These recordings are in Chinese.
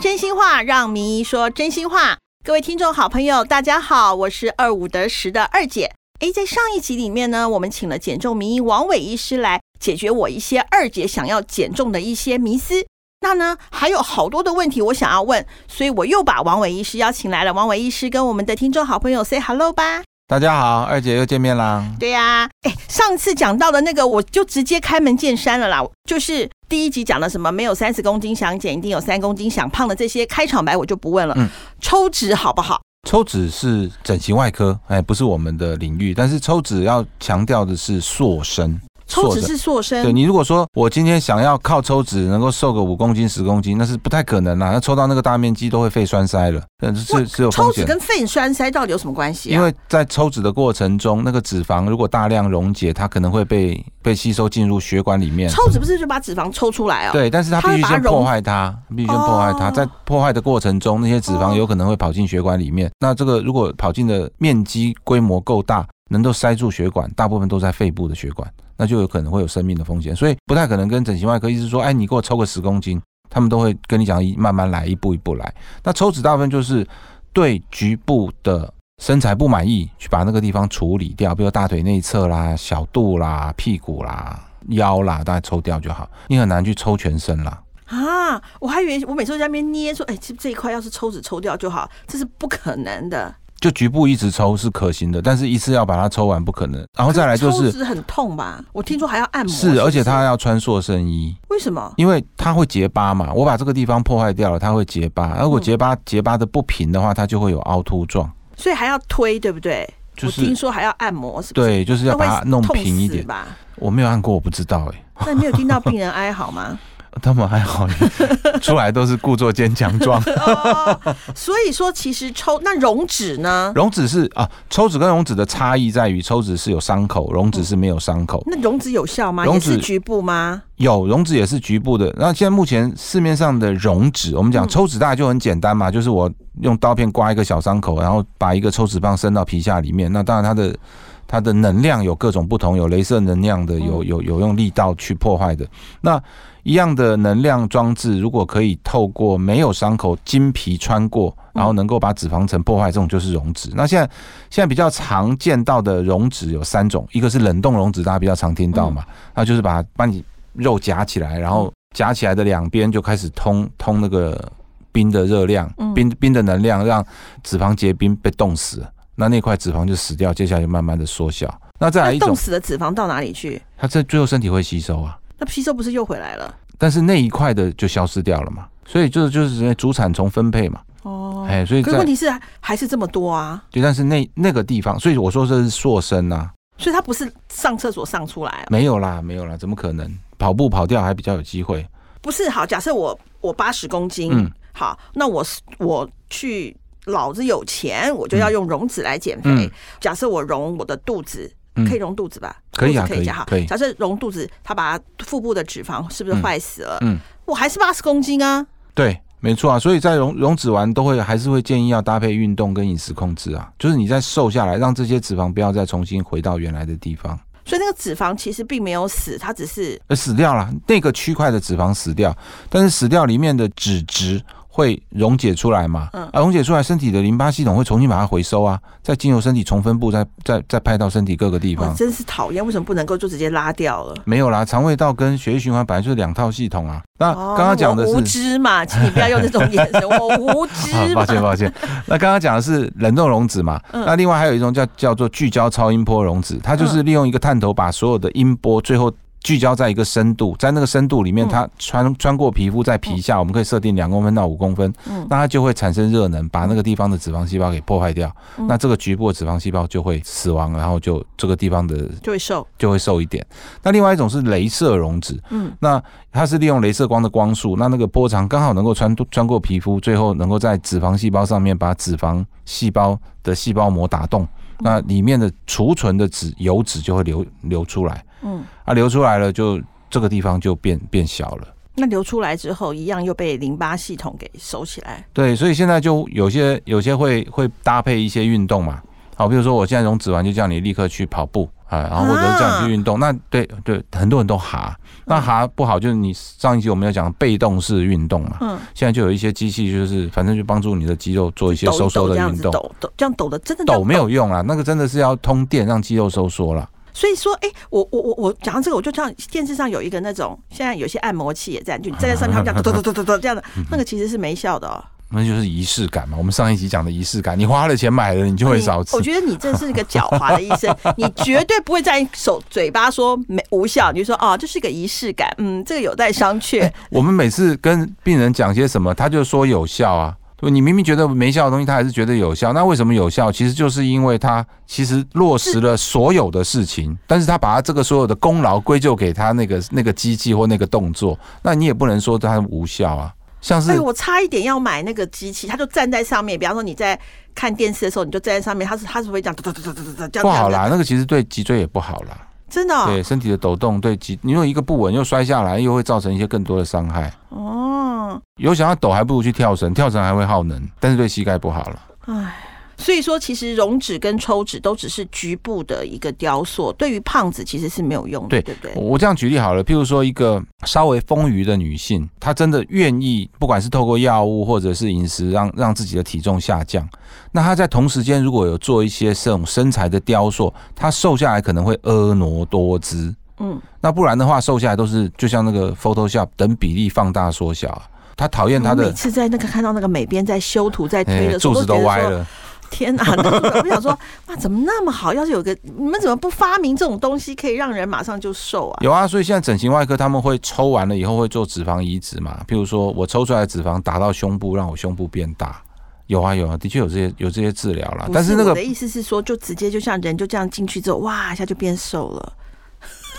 听真心话，让名医说真心话。各位听众好朋友，大家好，我是二五得十的二姐。诶，在上一集里面呢，我们请了减重名医王伟医师来解决我一些二姐想要减重的一些迷思。那呢，还有好多的问题我想要问，所以我又把王伟医师邀请来了。王伟医师跟我们的听众好朋友 say hello 吧。大家好，二姐又见面啦。对呀、哎，上次讲到的那个，我就直接开门见山了啦，就是第一集讲的什么没有三十公斤想减，一定有三公斤想胖的这些开场白，我就不问了。嗯抽脂好不好？抽脂是整形外科，哎，不是我们的领域，但是抽脂要强调的是塑身。抽脂塑是身塑对身，你如果说我今天想要靠抽脂能够瘦个五公斤十公斤，那是不太可能啦。那抽到那个大面积都会肺栓塞了，嗯，哇是是有抽风脂险。跟肺栓塞到底有什么关系、啊？因为在抽脂的过程中，那个脂肪如果大量溶解，它可能会被被吸收进入血管里面。抽脂不是就把脂肪抽出来哦？，对，但是它它会必须把它先溶破坏它，必须先破坏它。哦在破坏的过程中，那些脂肪哦有可能会跑进血管里面。那这个如果跑进的面积规模够大，能够塞住血管，大部分都在肺部的血管，那就有可能会有生命的风险。所以不太可能跟整形外科医师说，哎，你给我抽个十公斤，他们都会跟你讲一慢慢来，一步一步来。那抽脂大部分就是对局部的。身材不满意，去把那个地方处理掉，比如大腿内侧啦、小肚啦、屁股啦、腰啦，大概抽掉就好。你很难去抽全身啦。啊，我还以为我每次都在那边捏说，哎，这这一块要是抽脂抽掉就好，这是不可能的。就局部一直抽是可行的，但是一次要把它抽完不可能。然后再来就可抽是脂很痛吧？我听说还要按摩，是，不而且它要穿塑身衣，为什么？因为它会结疤嘛。我把这个地方破坏掉了，它会结疤。嗯如果结疤结疤的不平的话，它就会有凹凸状，所以还要推，对不对？就我听是说还要按摩，是不是？对，就是要把它弄平一那会死点。吧？我没有按过，我不知道哎、那你没有听到病人哀嚎 吗？他们还好， 出来都是故作坚强状。 哦，所以说其实抽那溶脂呢，溶脂是啊，抽脂跟溶脂的差异在于，抽脂是有伤口，溶脂是没有伤口。那溶脂有效吗？也溶脂是局部吗？有溶脂也是局部的。那现在目前市面上的溶脂，我们讲嗯抽脂大概就很简单嘛，就是我用刀片刮一个小伤口，然后把一个抽脂棒伸到皮下里面。那当然它的它的能量有各种不同，有镭射能量的，有嗯有有用力道去破坏的。那一样的能量装置，如果可以透过没有伤口经皮穿过，然后能够把脂肪层破坏，这种就是溶脂。那现在现在比较常见到的溶脂有三种，一个是冷冻溶脂，大家比较常听到嘛，那就是把把你肉夹起来，然后夹起来的两边就开始通通那个冰的热量嗯，冰冰的能量，让脂肪结冰被冻死，那那块脂肪就死掉，接下来就慢慢的缩小。那再来那一冻种，死的脂肪到哪里去？它在最后身体会吸收啊，那吸收不是又回来了？但是那一块的就消失掉了嘛，所以就是就是主产重分配嘛，哦，哎，所以可是在问题是还是这么多啊，对，但是那那个地方，所以我说这是塑身呐、啊所以它不是上厕所上出来哦，没有啦，没有啦，怎么可能？跑步跑掉还比较有机会。不是好。假设我我八十公斤，嗯，好，那我是我去，老子有钱，我就要用溶脂来减肥。嗯假设我溶我的肚子，嗯可以溶肚子吧？可以啊肚子可以加可以哈可以假设溶肚子，它把腹部的脂肪是不是嗯坏死了？嗯，我还是八十公斤啊。对，没错啊。所以在溶溶脂完都会还是会建议要搭配运动跟饮食控制啊，就是你在瘦下来，让这些脂肪不要再重新回到原来的地方，所以那个脂肪其实并没有死，它只是呃，死掉了，那个区块的脂肪死掉，但是死掉里面的脂质。会溶解出来嘛？嗯啊，溶解出来，身体的淋巴系统会重新把它回收啊，再经由身体重分布，再再再派到身体各个地哇方。真是讨厌，为什么不能够就直接拉掉了？没有啦，肠胃道跟血液循环本来就是两套系统啊。那哦刚刚讲的我是、无知嘛，请你不要用这种眼 神，我无知啊，嘛抱。歉抱歉。那刚刚讲的是冷冻溶脂嘛，嗯那另外还有一种叫叫做聚焦超音波溶脂，它就是利用一个探头把所有的音波最后。聚焦在一个深度，在那个深度里面，嗯它穿穿过皮肤，在皮下，我们可以设定两公分到五公分，嗯那它就会产生热能，把那个地方的脂肪细胞给破坏掉嗯。那这个局部的脂肪细胞就会死亡，然后就这个地方的就会瘦，就会瘦一点。那另外一种是镭射溶脂，嗯，那它是利用镭射光的光束，那那个波长刚好能够穿穿过皮肤，最后能够在脂肪细胞上面把脂肪细胞的细胞膜打洞，那里面的储存的脂油脂就会流流出来，嗯，啊，流出来了就这个地方就变变小了。那流出来之后，一样又被淋巴系统给收起来。对，所以现在就有些有些会会搭配一些运动嘛，好，比如说我现在溶脂完就叫你立刻去跑步哎，然后或者这样啊去运动，那对对，很多人都哈，嗯那哈不好就是你上一集我们有讲被动式运动嘛，嗯，现在就有一些机器就是反正就帮助你的肌肉做一些抖收一缩抖的这样运子动，抖抖这样抖的真的这样抖没有用啦，那个真的是要通电让肌肉收缩啦。所以说，哎、我我我我讲到这个，我就像电视上有一个那种，现在有些按摩器也在，就你站在上面，他们这样抖抖抖抖抖这样的，嗯那个其实是没效的哦。那就是仪式感嘛。我们上一集讲的仪式感，你花了钱买了，你就会你少吃我。觉得你这是个狡猾的医生，你绝对不会在手嘴巴说没无效，你就说哦，这是个仪式感，嗯，这个有待商 榷。我们每次跟病人讲些什么，他就说有效啊。对，你明明觉得没效的东西，他还是觉得有效。那为什么有效？其实就是因为他其实落实了所有的事情，但是他把他这个所有的功劳归咎给他那个那个机器或那个动作，那你也不能说他无效啊。像是哎，我差一点要买那个机器，他就站在上面，比方说你在看电视的时候，你就站在上面，他是他是会这样抖抖抖抖抖抖这样不好这样啦，那个其实对脊椎也不好啦。的，真的哦对身体的抖动，对脊，你如果一个不稳又摔下来，又会造成一些更多的伤害。哦，有想要抖，还不如去跳绳，跳绳还会耗能，但是对膝盖不好了。唉。所以说，其实溶脂跟抽脂都只是局部的一个雕塑，对于胖子其实是没有用的，对对不对？我我这样举例好了，譬如说一个稍微丰腴的女性，她真的愿意，不管是透过药物或者是饮食让，让自己的体重下降，那她在同时间如果有做一些这种身材的雕塑，她瘦下来可能会婀娜多姿。嗯，那不然的话，瘦下来都是就像那个 Photoshop 等比例放大缩小啊。她讨厌她我每的次在那个看到那个美编在修图、在推的哎时柱候，子都都觉得歪说了， 天哪！那我想说，哇，怎么那么好？要是有个，你们怎么不发明这种东西，可以让人马上就瘦啊？有啊，所以现在整形外科他们会抽完了以后会做脂肪移植嘛，譬如说我抽出来的脂肪打到胸部，让我胸部变大。有啊有啊，的确有这些有这些治疗啦，不啊但是那我个的意思是说，就直接就像人就这样进去之后，哇，一下就变瘦了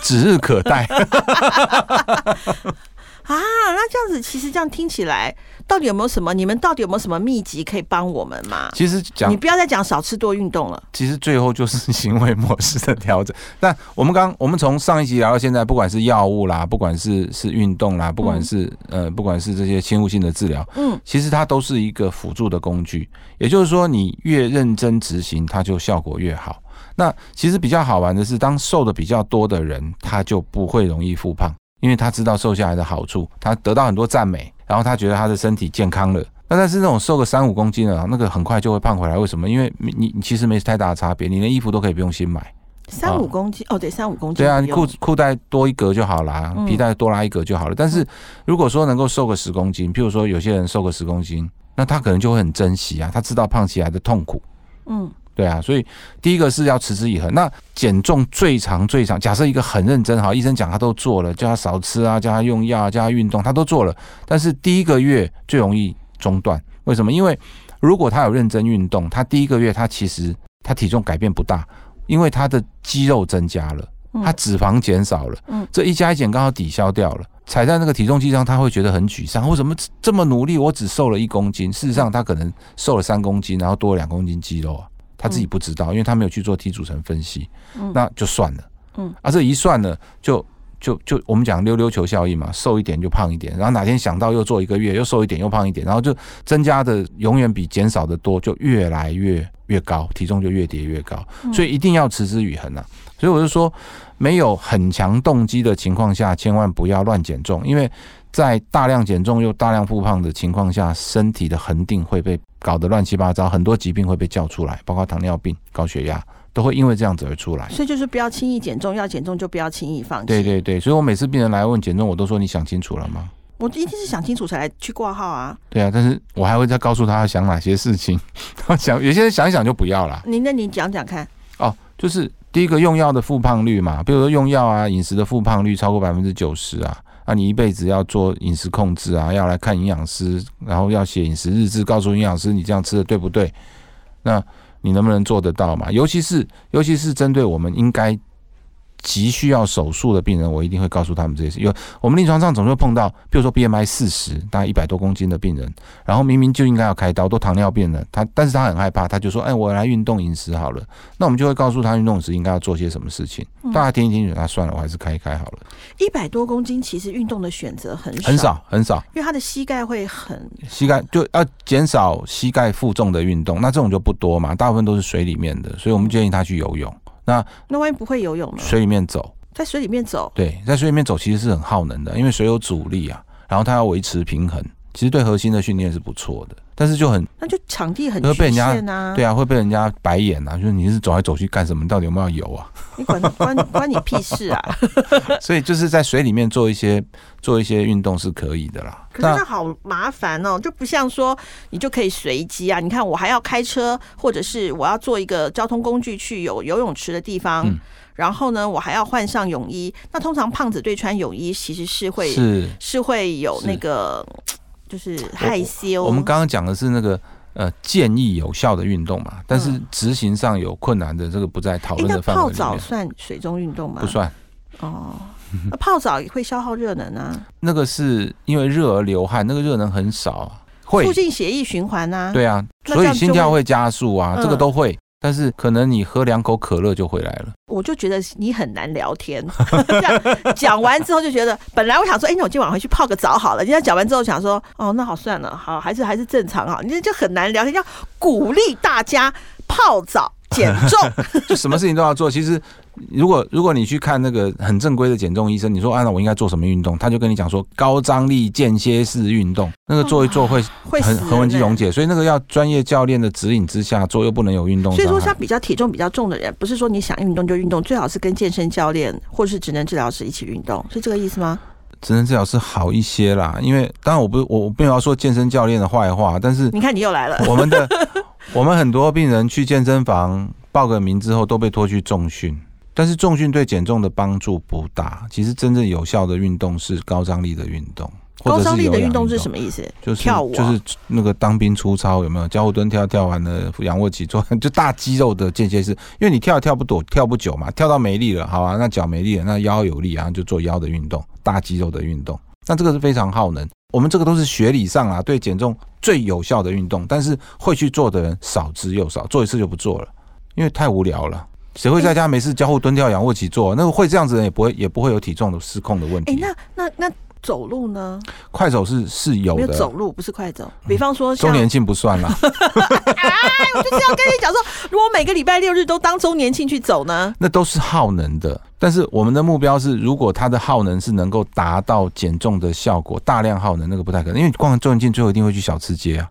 指日可待。 啊！那这样子，其实这样听起来，到底有没有什么？你们到底有没有什么秘籍可以帮我们嘛？其实讲你不要再讲少吃多运动了。其实最后就是行为模式的调整。那我们刚我们从上一集聊到现在，不管是药物啦， 不管是是运动啦，不管是、呃，不管是这些侵入性的治疗，嗯，其实它都是一个辅助的工具。也就是说，你越认真执行，它就效果越好。那其实比较好玩的是，当瘦的比较多的人，他就不会容易复胖，因为他知道瘦下来的好处，他得到很多赞美，然后他觉得他的身体健康了。那但是那种瘦个三五公斤啊的，那个很快就会胖回来。为什么？因为你你你其实没太大的差别，你连衣服都可以不用新买。三五公斤哦，对，三五公斤对不啊，用。你裤裤带多一格就好啦，嗯皮带多拉一格就好了。但是如果说能够瘦个十公斤，譬如说有些人瘦个十公斤，那他可能就会很珍惜啊，他知道胖起来的痛苦。嗯对啊，所以第一个是要持之以恒。那减重最长最长，假设一个很认真好，医生讲他都做了，叫他少吃啊，叫他用药啊，叫他运动，他都做了，但是第一个月最容易中断。为什么？因为如果他有认真运动，他第一个月他其实他体重改变不大，因为他的肌肉增加了，嗯他脂肪减少了，嗯这一加一减刚好抵消掉了。踩在那个体重计上，他会觉得很沮丧。为什么这么努力，我只瘦了一公斤？事实上，他可能瘦了三公斤，然后多了两公斤肌肉啊，他自己不知道，因为他没有去做体组成分析，嗯那就算了。嗯，啊，这一算呢，就就就我们讲溜溜球效应嘛，瘦一点就胖一点，然后哪天想到又做一个月，又瘦一点又胖一点，然后就增加的永远比减少的多，就越来越越高，体重就越叠越高，嗯所以一定要持之以恒啊。所以我就说，没有很强动机的情况下，千万不要乱减重，因为在大量减重又大量复胖的情况下，身体的恒定会被搞得乱七八糟，很多疾病会被叫出来，包括糖尿病、高血压都会因为这样子而出来。所以就是不要轻易减重，要减重就不要轻易放弃。对对对，所以我每次病人来问减重，我都说你想清楚了吗？我一定是想清楚才来去挂号啊。对啊，但是我还会再告诉他要想哪些事情。 他想有些人想一想就不要啦。您那你讲讲看，哦，就是第一个用药的复胖率嘛，比如说用药啊，饮食的复胖率超过百分之九十啊，啊，你一辈子要做饮食控制啊，要来看营养师，然后要写饮食日志，告诉营养师你这样吃的对不对？那你能不能做得到嘛？尤其是尤其是针对我们应该急需要手术的病人，我一定会告诉他们这些事。有我们临床上总是会碰到，譬如说 BMI 四十，大概一百多公斤的病人，然后明明就应该要开刀，都糖尿病了，他但是他很害怕，他就说：“哎，我来运动饮食好了。”那我们就会告诉他运动时应该要做些什么事情。嗯大家听一听，觉得啊算了，我还是开一开好了。一百多公斤其实运动的选择很少，很，少很少，因为他的膝盖会很膝盖就要减少膝盖负重的运动，那这种就不多嘛，大部分都是水里面的，所以我们建议他去游泳。那那万一不会游泳呢？水里面走，在水里面走，对，在水里面走其实是很耗能的，因为水有阻力啊，然后它要维持平衡，其实对核心的训练是不错的，但是就很那就场地很会被局人家限啊。对啊，会被人家白眼啊，就是你是走来走去干什么？你到底有没有游啊？ 你管 关关你屁事啊！所以就是在水里面做一些做一些运动是可以的啦。可是那好麻烦哦，就不像说你就可以随机啊。你看，我还要开车，或者是我要坐一个交通工具去有游泳池的地方，嗯然后呢，我还要换上泳衣。那通常胖子对穿泳衣其实是会是是会有是那个就是害羞。我们刚刚讲的是那个呃建议有效的运动嘛，但是执行上有困难的这个不在讨嗯诶论那的范围泡里澡面，算水中运动吗？不算。哦。那泡澡也会消耗热能啊，那个是因为热而流汗，那个热能很少啊，会促进血液循环啊。对啊，那这所样以心跳就会会加速啊，嗯这个都会。但是可能你喝两口可乐就回来 了，我就觉得你很难聊天， 这样讲完之后就觉得，本来我想说，哎、那我今晚回去泡个澡好了。人家讲完之后想说，哦，那好算了，好，还是还是正常好。你这就很难聊天，要鼓励大家泡澡减 重。就什么事情都要做。其实，如果如果你去看那个很正规的减重医生，你说按啊照我应该做什么运动，他就跟你讲说高张力间歇式运动，那个做一哦做会会很死横纹肌人欸溶解，所以那个要专业教练的指引之下做，又不能有运动所以说，伤像害。比较体重比较重的人，不是说你想运动就运动，最好是跟健身教练或是职能治疗师一起运动，是这个意思吗？职能治疗是好一些啦，因为当然我不我我没有要说健身教练的坏话，但是你看你又来了，我 们的我们很多病人去健身房报个名之后都被拖去重训，但是重训对减重的帮助不大。其实真正有效的运动是高张力的运动，或者 高是张力有的氧运运动动是什么意思？就是跳舞啊就是那个当兵出操有没有？交互蹲跳跳完了，仰卧起坐就大肌肉的间歇式，因为你跳也跳不多，跳不久嘛，跳到没力了，好啊，那脚没力了，那腰有力啊，然后就做腰的运动，大肌肉的运动，那这个是非常耗能。我们这个都是学理上啊，对减重最有效的运动，但是会去做的人少之又少，做一次就不做了，因为太无聊了。谁会在家没事交互蹲跳、仰卧起坐？那个会这样子的人也不会，也不会有体重的失控的问哎、题。那那那走路呢？快手是是有没有的，走路，不是快走。比方说像周年庆不算啦。就是要跟你讲说，如果每个礼拜六日都当周年庆去走呢，那都是耗能的。但是我们的目标是，如果它的耗能是能够达到减重的效果，大量耗能那个不太可能，因为逛重庆最后一定会去小吃街啊。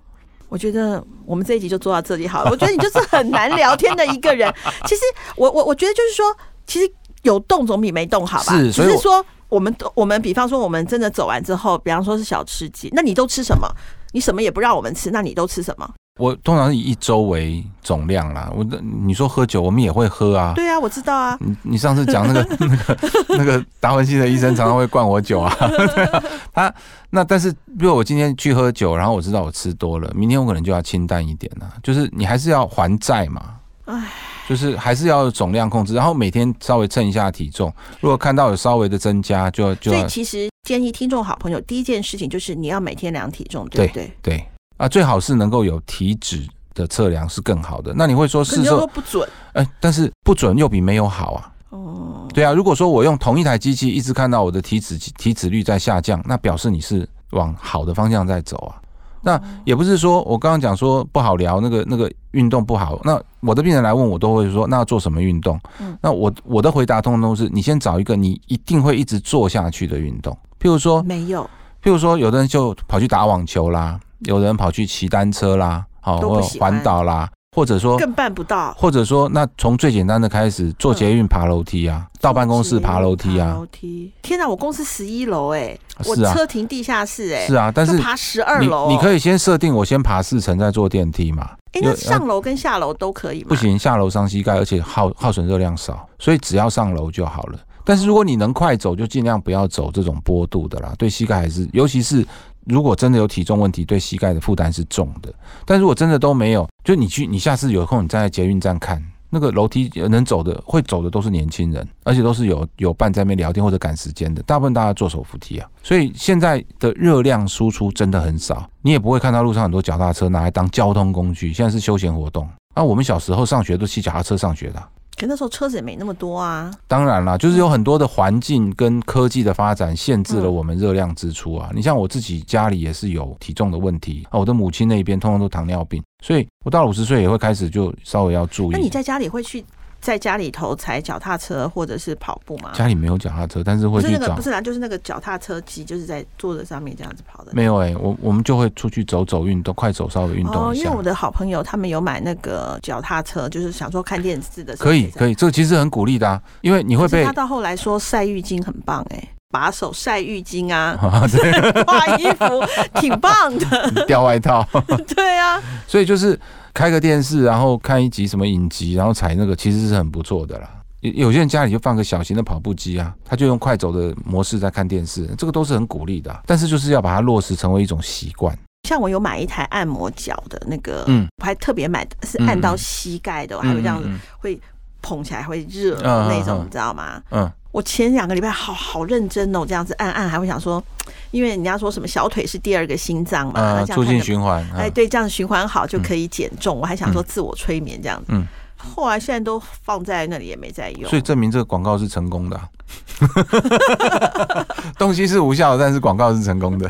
我觉得我们这一集就做到这里好了。我觉得你就是很难聊天的一个 人。其实我我我觉得就是说，其实有动总比没动好吧。是所以只是我说我们我们比方说我们真的走完之后，比方说是小吃街，那你都吃什么？你什么也不让我们吃，那你都吃什么？我通常是以一周为总量啦。我的你说喝酒，我们也会喝啊。对啊，我知道啊。你你上次讲那个 那个那个达文西的医生常常会灌 我酒啊，对啊，他那但是如果我今天去喝酒，然后我知道我吃多了，明天我可能就要清淡一点啊，就是你还是要还债嘛唉，就是还是要有总量控制，然后每天稍微称一下体重，如果看到有稍微的增加，就就所啊要以其实建议听众好朋友，第一件事情就是你要每天量体重，对不对？对啊，最好是能够有体脂的测量是更好的。那你会说可是你又说说，不准哎、但是不准又比没有好啊。哦。对啊，如果说我用同一台机器一直看到我的体脂体脂率在下降，那表示你是往好的方向在走啊。哦那也不是说我刚刚讲说不好聊那个那个运动不好，那我的病人来问我都会说那要做什么运动？嗯那我我的回答通常都是你先找一个你一定会一直做下去的运动，譬如说没有，譬如说有的人就跑去打网球啦，有的人跑去骑单车啦，好、都不或者喜欢环岛啦，或者说更办不到。或者说，那从最简单的开始，坐捷运爬楼梯嗯啊，到办公室爬楼梯爬啊楼，梯，天哪！我公司十一楼哎，我是啊车停地下室哎、是啊。但是就爬十二你楼。你以，可以先设定，我先爬四层再坐电梯嘛。哎、那有上楼跟下楼都可以吗？不，行，下楼伤膝盖，而且耗耗损热量少，所以只要上楼就好了。但是如果你能快走，就尽量不要走这种坡度的啦，对膝盖还是，尤其是如果真的有体重问题，对膝盖的负担是重的。但如果真的都没有，就你去，你下次有空，你站在捷运站看。那个楼梯呃能走的、会走的都是年轻人，而且都是有有伴在那边聊天或者赶时间的，大部分大家坐手扶梯啊。所以现在的热量输出真的很少，你也不会看到路上很多脚踏车拿来当交通工具，现在是休闲活动。那、我们小时候上学都骑脚踏车上学的啊、可那时候车子也没那么多啊。当然啦，就是有很多的环境跟科技的发展限制了我们热量支出啊。你像我自己家里也是有体重的问题啊，我的母亲那边通通都糖尿病，所以我到了五十岁也会开始就稍微要注那你意。在家里会去在家里头踩脚踏车或者是跑步吗？家里没有脚踏车，但是不会是去那个，找不。是啦，就是那个脚踏车机，就是在坐在上面这样子跑的。没有哎、我我们就会出去走走运动，快走稍微运动哦，一因为下。我的好朋友他们有买那个脚踏车，就是想说看电视的时候可以可以。以，这个其实很鼓励的、啊，因为你会可是被他到后来说晒浴巾很棒哎、把手晒浴巾啊，啊对 挂衣服挺棒的，掉外套， 对啊，所以就是开个电视，然后看一集什么影集，然后踩那个其实是很不错的啦。有有些人家里就放个小型的跑步机啊，他就用快走的模式在看电视，这个都是很鼓励的啊、但是就是要把它落实成为一种习惯。像我有买一台按摩脚的那个，嗯，我还特别买的是嗯按到嗯膝盖的，我还会这样子嗯嗯会捧起来会热嗯嗯那种，嗯你知道吗？嗯嗯我前两个礼拜好好认真哦，这样子按按，还会想说，因为人家说什么小腿是第二个心脏嘛，那呃，这样促看进着循环。嗯哎，对，这样循环好就可以减重。我还想说自我催眠这样子，嗯后来现在都放在那里也没在用。所以证明这个广告是成功的、啊， 东西是无效的，但是广告是成功的。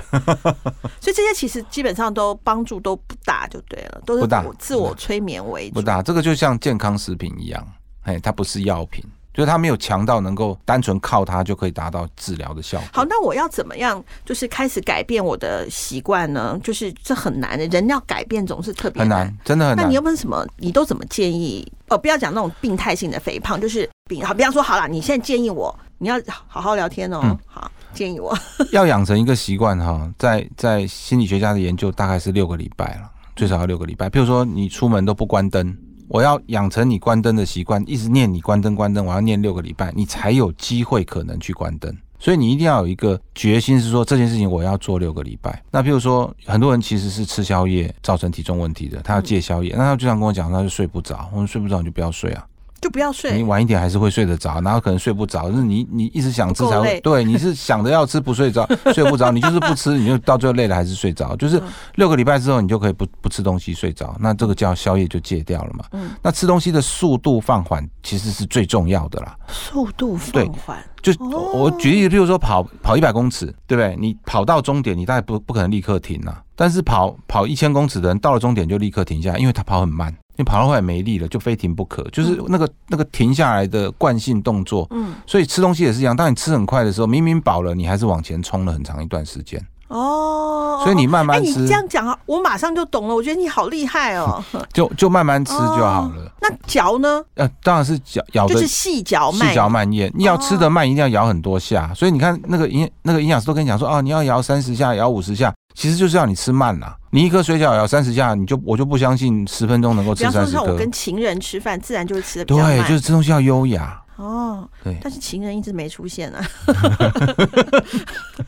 所以这些其实基本上都帮助都不大，就对了，都是不大我自我催眠为不主。大，这个就像健康食品一样，哎，它不是药品，就是它没有强到能够单纯靠它就可以达到治疗的效果。好，那我要怎么样，就是开始改变我的习惯呢？就是这很难的，人要改变总是特别很难，真的很那难你有。没有什么？你都怎么建议？哦，不要讲那种病态性的肥胖，就是比好，比方说好了，你现在建议我，你要好好聊天哦。嗯好，建议我。 要养成一个习惯哈，在在心理学家的研究大概是六个礼拜了，最少要六个礼拜。譬如说你出门都不关灯，我要养成你关灯的习惯，一直念你关灯关灯，我要念六个礼拜，你才有机会可能去关灯。所以你一定要有一个决心，是说这件事情我要做六个礼拜。那譬如说，很多人其实是吃宵夜造成体重问题的，他要戒宵夜，那他就想跟我讲，他就睡不着，我说睡不着你就不要睡啊。就不要你睡，晚一点还是会睡得着，然后可能睡不着，就是你你一直想吃不才够会累对，你是想着要吃 不睡着，睡不着，你就是不吃，你就到最后累了还是睡着，就是嗯六个礼拜之后你就可以不不吃东西睡着，那这个叫宵夜就戒掉了嘛。嗯那吃东西的速度放缓其实是最重要的啦。速度放对缓，就哦我我举例，譬如说跑跑一百公尺，对不对？你跑到终点，你大概不不可能立刻停啊。但是跑跑一千公尺的人到了终点就立刻停下来，因为他跑很慢，你跑到后来没力了，就非停不可，就是嗯那个那个停下来的惯性动作。嗯，所以吃东西也是一样，当你吃很快的时候，明明饱了，你还是往前冲了很长一段时间。哦，所以你慢哎，慢你吃，这样讲啊，我马上就懂了。我觉得你好厉害 哦。就就慢慢吃就好了。那嚼呢，呃，当然是咬咬哦就的是细嚼哦慢哦细咽，嚼慢咽，你要吃的慢，一定要咬很多下。所以你看那个营那个营养师都跟你讲说，哦，你要咬三十下，咬五十下，其实就是要你吃慢啦、你一颗水饺咬三十下，你就我就不相信十分钟能够比吃方说三十像我颗。跟情人吃饭，自然就会吃的比较对，慢。就是吃东西要优雅，哦，对但是情人一直没出现啊。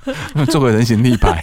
做个人形立牌，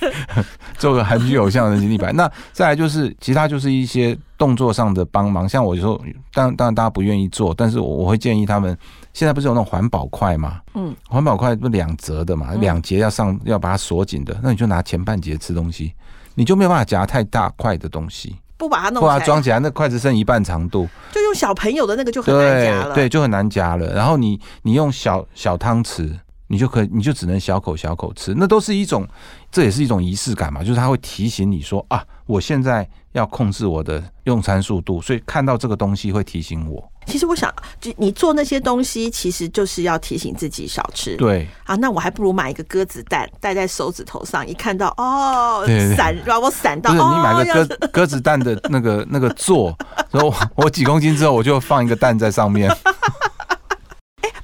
做个韩剧偶像的人形立牌。那再来就是，其他就是一些动作上的帮忙，像我有时候，当然当然大家不愿意做，但是我我会建议他们，现在不是有那种环保筷吗？嗯，环保筷不两折的嘛，嗯两节要上要把它锁紧的，那你就拿前半节吃东西，你就没有办法夹太大块的东西，不把它弄或把它起来装，起来，那筷子剩一半长度，就用小朋友的那个就很难夹对了。对，就很难夹了。然后你你用小小汤匙，你就可以你就只能小口小口吃，那都是一种，这也是一种仪式感嘛，就是它会提醒你说啊，我现在要控制我的用餐速度，所以看到这个东西会提醒我。其实我想，就你做那些东西，其实就是要提醒自己少吃。对，啊，那我还不如买一个鸽子蛋戴在手指头上，一看到哦对对，闪把我闪不到，是你买哦，要个鸽鸽子蛋的那个那个座，然后我 我几公斤之后我就放一个蛋在上面。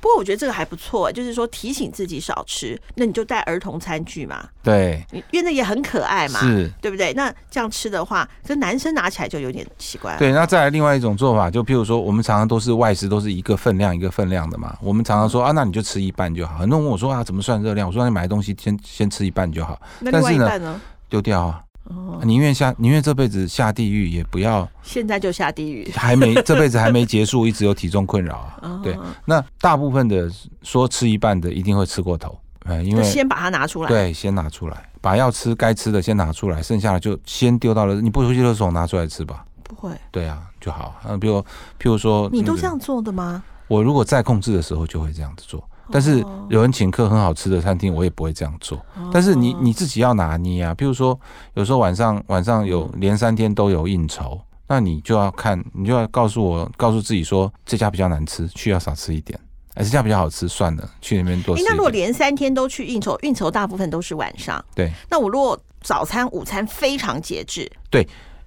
不过我觉得这个还不错，就是说提醒自己少吃，那你就带儿童餐具嘛，对，你因为那也很可爱嘛，是。 对不对？那这样吃的话，跟男生拿起来就有点奇怪。，对，那再来另外一种做法，就譬如说，我们常常都是外食，都是一个分量一个分量的嘛。我们常常说嗯啊，那你就吃一半就好。很多人问我说啊，怎么算热量？我说那你买的东西先先吃一半就好，那另但是外一呢半呢？丢掉啊。哦，宁愿下宁愿这辈子下地狱，也不要现在就下地狱。还没这辈子还没结束，一直有体重困扰啊哦。对，那大部分的说吃一半的一定会吃过头，嗯，因就为先把它拿出来。，对，先拿出来，把要吃该吃的先拿出来，剩下的就先丢到了，你不如去垃圾桶拿出来吃吧。不会，对啊，就好。嗯，比如譬如说，你都那个这样做的吗？我如果在控制的时候就会这样子做，但是哦有人请客很好吃的餐厅，我也不会这样做。但是哦你你自己要拿捏啊，譬如说有时候晚上晚上有连三天都有应酬，那你就要看，你就要告诉我，告诉自己说这家比较难吃，去要少吃一点；哎，这家比较好吃，算了，去那边多诶吃一那如果点。连三天都去应酬，应酬大部分都是晚上。对，那我如果早餐、午餐非常节制，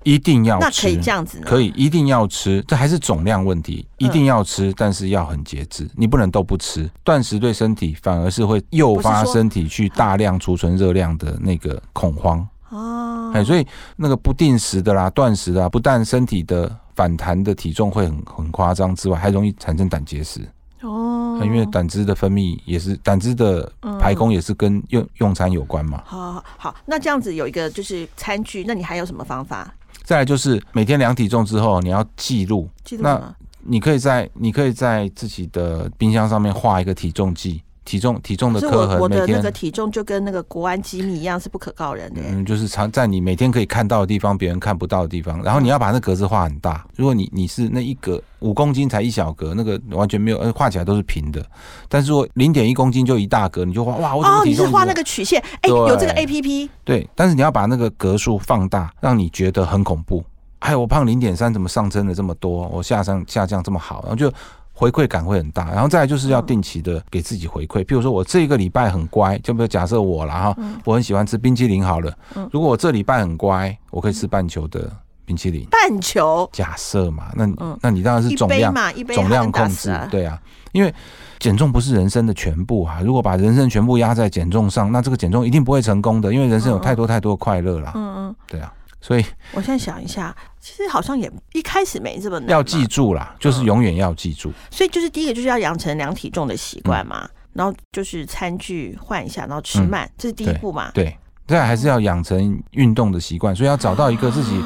一定要那吃，可以这样子呢？可以一定要吃，这还是总量问题，嗯一定要吃，但是要很节制，你不能都不吃。断食对身体反而是会诱不发是说身体去大量储存热量的那个恐慌。哦。哎，所以那个不定时的啦、断食的啊啦，不但身体的反弹的体重会很很夸张之外，还容易产生胆结石，哎哦，因为胆汁的分泌也是胆汁的排嗯。空也是跟用用餐有关嘛。好好好，那这样子有一个就是餐具，那你还有什么方法再来就是每天量体重之后，你要记录，记录那吗？你可以在你可以在自己的冰箱上面画一个体重计，体重体重的可是刻我我痕，每的那天个体重就跟那个国安机密一样，是不可告人的、嗯，就是藏在你每天可以看到的地方，别人看不到的地方。然后你要把那格子画很大。如果你你是那一格五公斤才一小格，那个完全没有，呃，画起来都是平的。但是如果零点一公斤就一大格，你就画哇，我怎哦么，体你重是一直画那在个曲线，哎、对有这个 A P P，对，但是你要把那个格数放大，让你觉得很恐怖。哎，我胖零点三，怎么上升了这么多？我下降下降这么好，然后就回馈感会很大。然后再来就是要嗯定期的给自己回馈，譬如说我这个礼拜很乖，就比如假设我啦哈，嗯我很喜欢吃冰淇淋好了嗯，如果我这礼拜很乖，我可以吃半球的冰淇淋。半球假设嘛，那你嗯那你当然是一总杯量嘛，一杯总量哈根达控斯制啊，，对啊，因为减重不是人生的全部啊。如果把人生全部压在减重上，那这个减重一定不会成功的，因为人生有嗯嗯太多太多的快乐啦。嗯嗯，对啊，所以我现在想一下，其实好像也一开始没这么难，要记，住啦，嗯就是永远要记住。所以就是第一个就是要养成量体重的习惯嘛，然后就是餐具换一下，然后吃嗯慢，这是第一步嘛，对，再来还是要养成运动的习惯，所以要找到一个自己，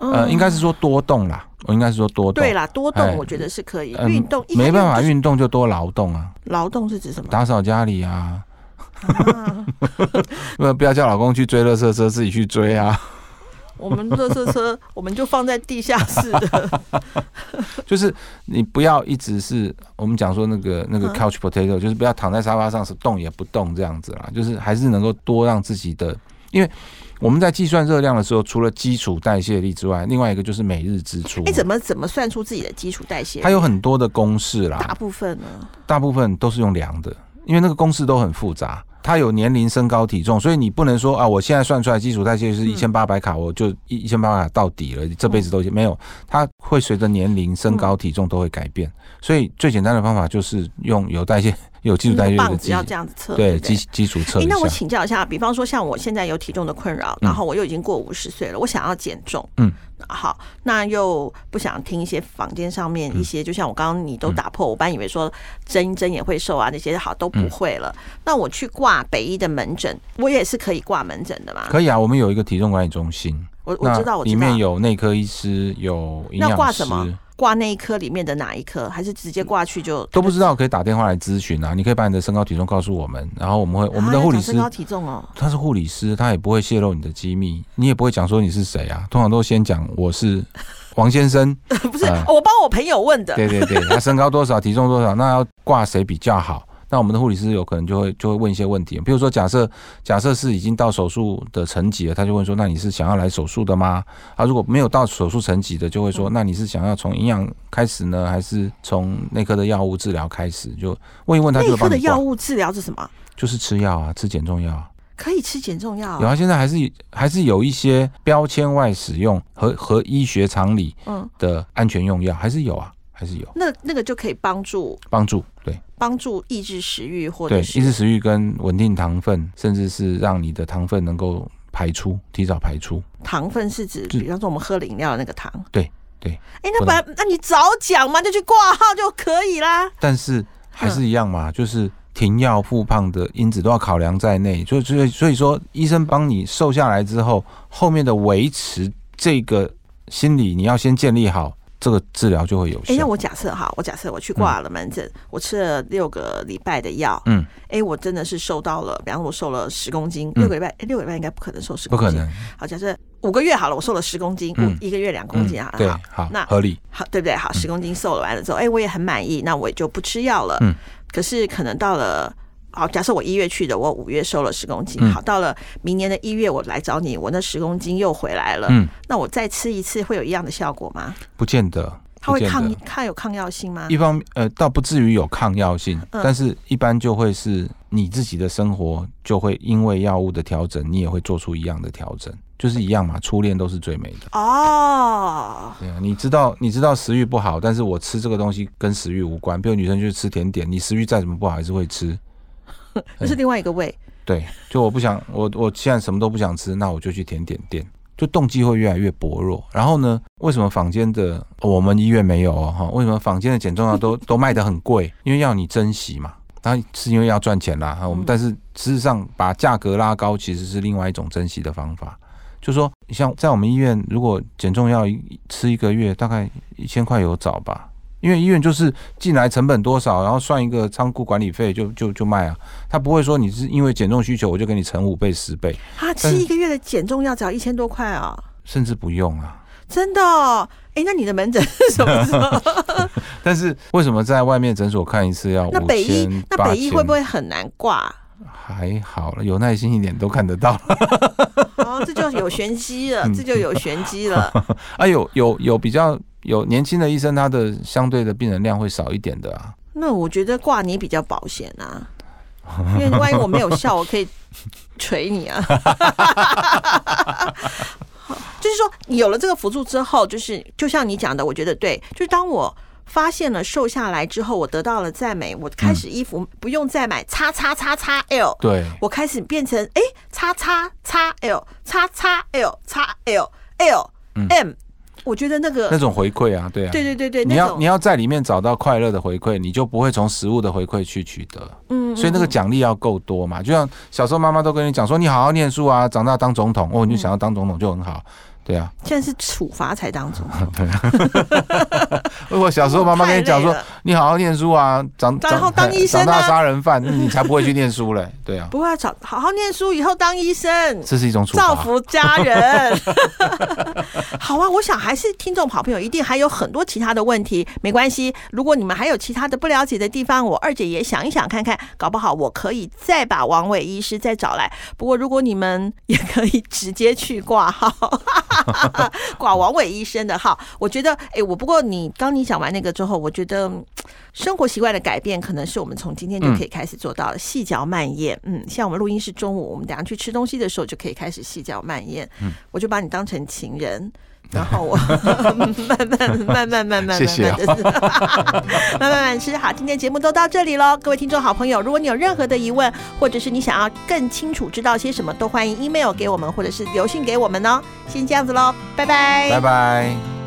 呃，嗯应该是说多动啦，我应该是说多动对。啦，多动哎我觉得是可以，嗯运动一没办法，就是运动就多劳动啊，劳动是指什么？打扫家里啊，啊 不不要叫老公去追垃圾车，自己去追啊，我们垃圾车我们就放在地下 室的，就是你不要一直是我们讲说那个那个嗯 couch potato，就是不要躺在沙发上是动也不动这样子啦，就是还是能够多让自己的，因为我们在计算热量的时候，除了基础代谢力之外，另外一个就是每日支出。哎，怎么怎么算出自己的基础代谢？它有很多的公式大啦，部分呢，大部分都是用量的，因为那个公式都很复杂。它有年龄、身高、体重，所以你不能说啊，我现在算出来基础代谢是嗯一千八百卡，我就一一千八百卡到底了，这辈子都没有。它会随着年龄、身高、体重都会改变，所以最简单的方法就是用有代谢、 有基础代谢那个的棒子基要这样子测，对不基基础测诶一那我下。请教一下，比方说像我现在有体重的困扰，嗯然后我又已经过五十岁了，我想要减重，嗯，好，那又不想听一些坊间上面嗯一些，就像我刚刚你都嗯打破，我本来以为说针一针也会瘦啊，那些好都不嗯会了。那我去挂北医的门诊，我也是可以挂门诊的嘛？可以啊，我们有一个体重管理中心，我我知道，那我里知面道，有内科医师，有营那挂养师什，么挂那一科里面的哪一科，还是直接挂去就都不知道可以打电话来咨询啊。你可以把你的身高体重告诉我们，然后我们会我们的啊护要理长师身高体重 哦，他是护理师，他也不会泄露你的机密，你也不会讲说你是谁啊。通常都先讲 我是王先生，不是，哦啊我帮我朋友问的。对对对，他身高多少，体重多少，那要挂谁比较好？那我们的护理师有可能就会就会问一些问题，比如说假设假设是已经到手术的层级了，他就问说，那你是想要来手术的吗？啊，如果没有到手术层级的，就会嗯说，那你是想要从营养开始呢，还是从内科的药物治疗开始？就问一问他就内会科帮的你药挂，物治疗是什么？就是吃药啊，吃减重药啊。可以吃减重药啊有啊，现在还是还是有一些标签外使用和和医学常理嗯，的安全用药，还是有啊，还是有那那个就可以帮助帮助。对帮助抑制食欲，或对，者抑制是食欲跟稳定糖分，甚至是让你的糖分能够排出，提早排出。糖分是指，是比方说我们喝了饮料的那个糖。嗯对对哎、那不本来那你早讲嘛，就去挂号就可以啦。但是啊还是一样嘛，就是停药复胖的因子都要考量在内。所以所以所以说，医生帮你瘦下来之后，后面的维持这个心理，你要先建立好，这个治疗就会有哎、那效。我假设哈，我假设我去挂了门诊，我吃了六个礼拜的药，嗯，哎、我真的是瘦到了，比方说我瘦了十公斤，嗯六个礼拜，哎、六个礼拜应该不可能瘦十不公斤，可能。好，假设五个月好了，我瘦了十公斤，嗯我一个月两公嗯斤好了，对好，好那，合理。好，对不对？嗯好，十公斤瘦了完了之后，哎、我也很满意，那我也就不吃药了。嗯，可是可能到了好，假设我一月去的，我五月瘦了十公斤，嗯好，到了明年的一月我来找你，我那十公斤又回来了，嗯，那我再吃一次会有一样的效果吗？不见得，它会不见抗得抗有抗药性吗一？方呃，倒不至于有抗药性，嗯但是一般就会是你自己的生活就会因为药物的调整，你也会做出一样的调整，就是一样嘛。初恋都是最美的，哦，对啊。你知道你知道食欲不好，但是我吃这个东西跟食欲无关。比如女生去吃甜点，你食欲再怎么不好还是会吃。那是另外一个胃。对，就我不想我我现在什么都不想吃，那我就去甜点店。就动机会越来越薄弱，然后呢？为什么坊间的我们医院没有哦？哈，为什么坊间的减重药都都卖得很贵？因为要你珍惜嘛，当然是因为要赚钱啦。哈我们嗯但是事实上把价格拉高，其实是另外一种珍惜的方法。就说像在我们医院，如果减重药一吃一个月大概一千块有找吧，因为医院就是进来成本多少，然后算一个仓库管理费就就就卖啊，他不会说你是因为减重需求我就给你乘五倍十倍，啊，吃但是一个月的减重药只要一千多块哦，甚至不用啊。真的、哦？哎，那你的门诊是什么时 候？但是为什么在外面诊所看一次要那五北医千，那八北医千？会不会很难挂？还好了？有耐心一点都看得到。 哦，这就有玄机了，嗯这就有玄机了。啊，有有有比较有年轻的医生，他的相对的病人量会少一点的啊。那我觉得挂你比较保险啊， 因为万一我没有效，我可以锤你啊。 就是说，有了这个辅助之后，就是就像你讲的，我觉得对，就是当我。发现了瘦下来之后，我得到了赞美，我开始衣服不用再买叉叉叉叉 L，对，我开始变成哎叉叉叉 L 叉叉 L 叉 L L M，我觉得那个那种回馈啊，对啊。对对对对，你那要你种要在里面找到快乐的回馈，你就不会从食物的回馈去取得。嗯，所以那个奖励要够多嘛。就像小时候妈妈都跟你讲说，你好好念书啊，长大当总统哦，你就想要当总统就很好。对啊，现在是处罚才当中， 如果小时候妈妈跟你讲说太累，了你好好念书啊，长然后当医生啊长大杀人犯，嗯你才不会去念书嘞。对啊，不要找好好念书，以后当医生，这是一种 处造罚。福家人。 好啊，我想还是听众好朋友一定还有很多其他的问题，没关系。如果你们还有其他的不了解的地方，我二姐也想一想看看，搞不好我可以再把王伟医师再找来。不过如果你们也可以直接去挂号， 挂王伟医生的号，我觉得，哎，我不过你刚你讲完那个之后，我觉得。嗯生活习惯的改变，可能是我们从今天就嗯可以开始做到的，细嚼慢咽。嗯，像我们录音是中午，我们等一下去吃东西的时候就可以开始细嚼慢咽。嗯，我就把你当成情 人，然后我慢慢慢慢慢慢慢谢谢慢啊的 慢慢慢吃。好，今天节目都到这里喽，各位听众好朋友，如果你有任何的疑问，或者是你想要更清楚知道些什么，都欢迎 email 给我们，或者是留信给我们哦。先这样子喽，拜拜，拜拜。